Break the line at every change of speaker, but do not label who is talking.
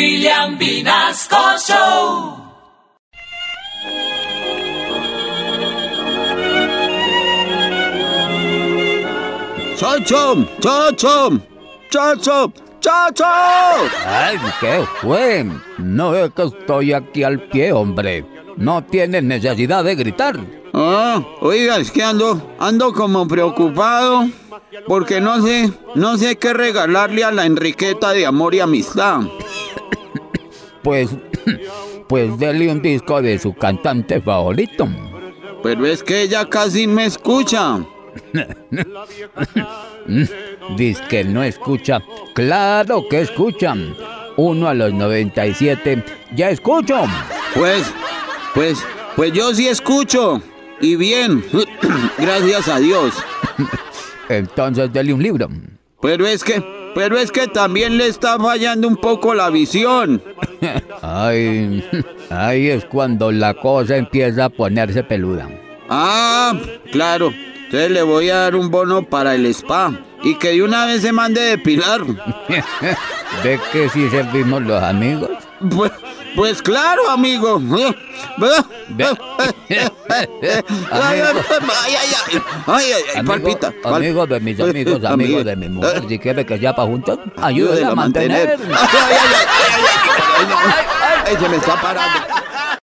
William Vinasco Show.
¡Chacho! ¡Chacho! ¡Chacho! ¡Chacho!
¡Ay, qué fue! No es que estoy aquí al pie, hombre. No tienes necesidad de gritar.
Ah, oiga, es que ando, ando como preocupado porque no sé, no sé qué regalarle a la Enriqueta de amor y amistad.
Pues, pues dele un disco de su cantante favorito.
Pero es que ella casi me escucha.
Dice que no escucha. Claro que escuchan. Uno a los 97. Ya escucho.
Pues, pues, pues yo sí escucho. Y bien, gracias a Dios.
Entonces dele un libro.
Pero es que, pero es que también le está fallando un poco la visión.
Ay, ahí es cuando la cosa empieza a ponerse peluda.
Ah, claro. Entonces le voy a dar un bono para el spa. Y que de una vez se mande depilar.
¿Ve que si servimos los amigos?
Pues, pues claro, amigo. Ay, ay, ay, ay, ay, ay,
Amigo,
palpita. pal-
amigo de mis amigos, amigo de mi mujer, si quiere que ya para juntos, ayúdenla a mantener.
Ay, ay, ay, ay, ay, ay, ay, ay, ay, ay, se me está parando.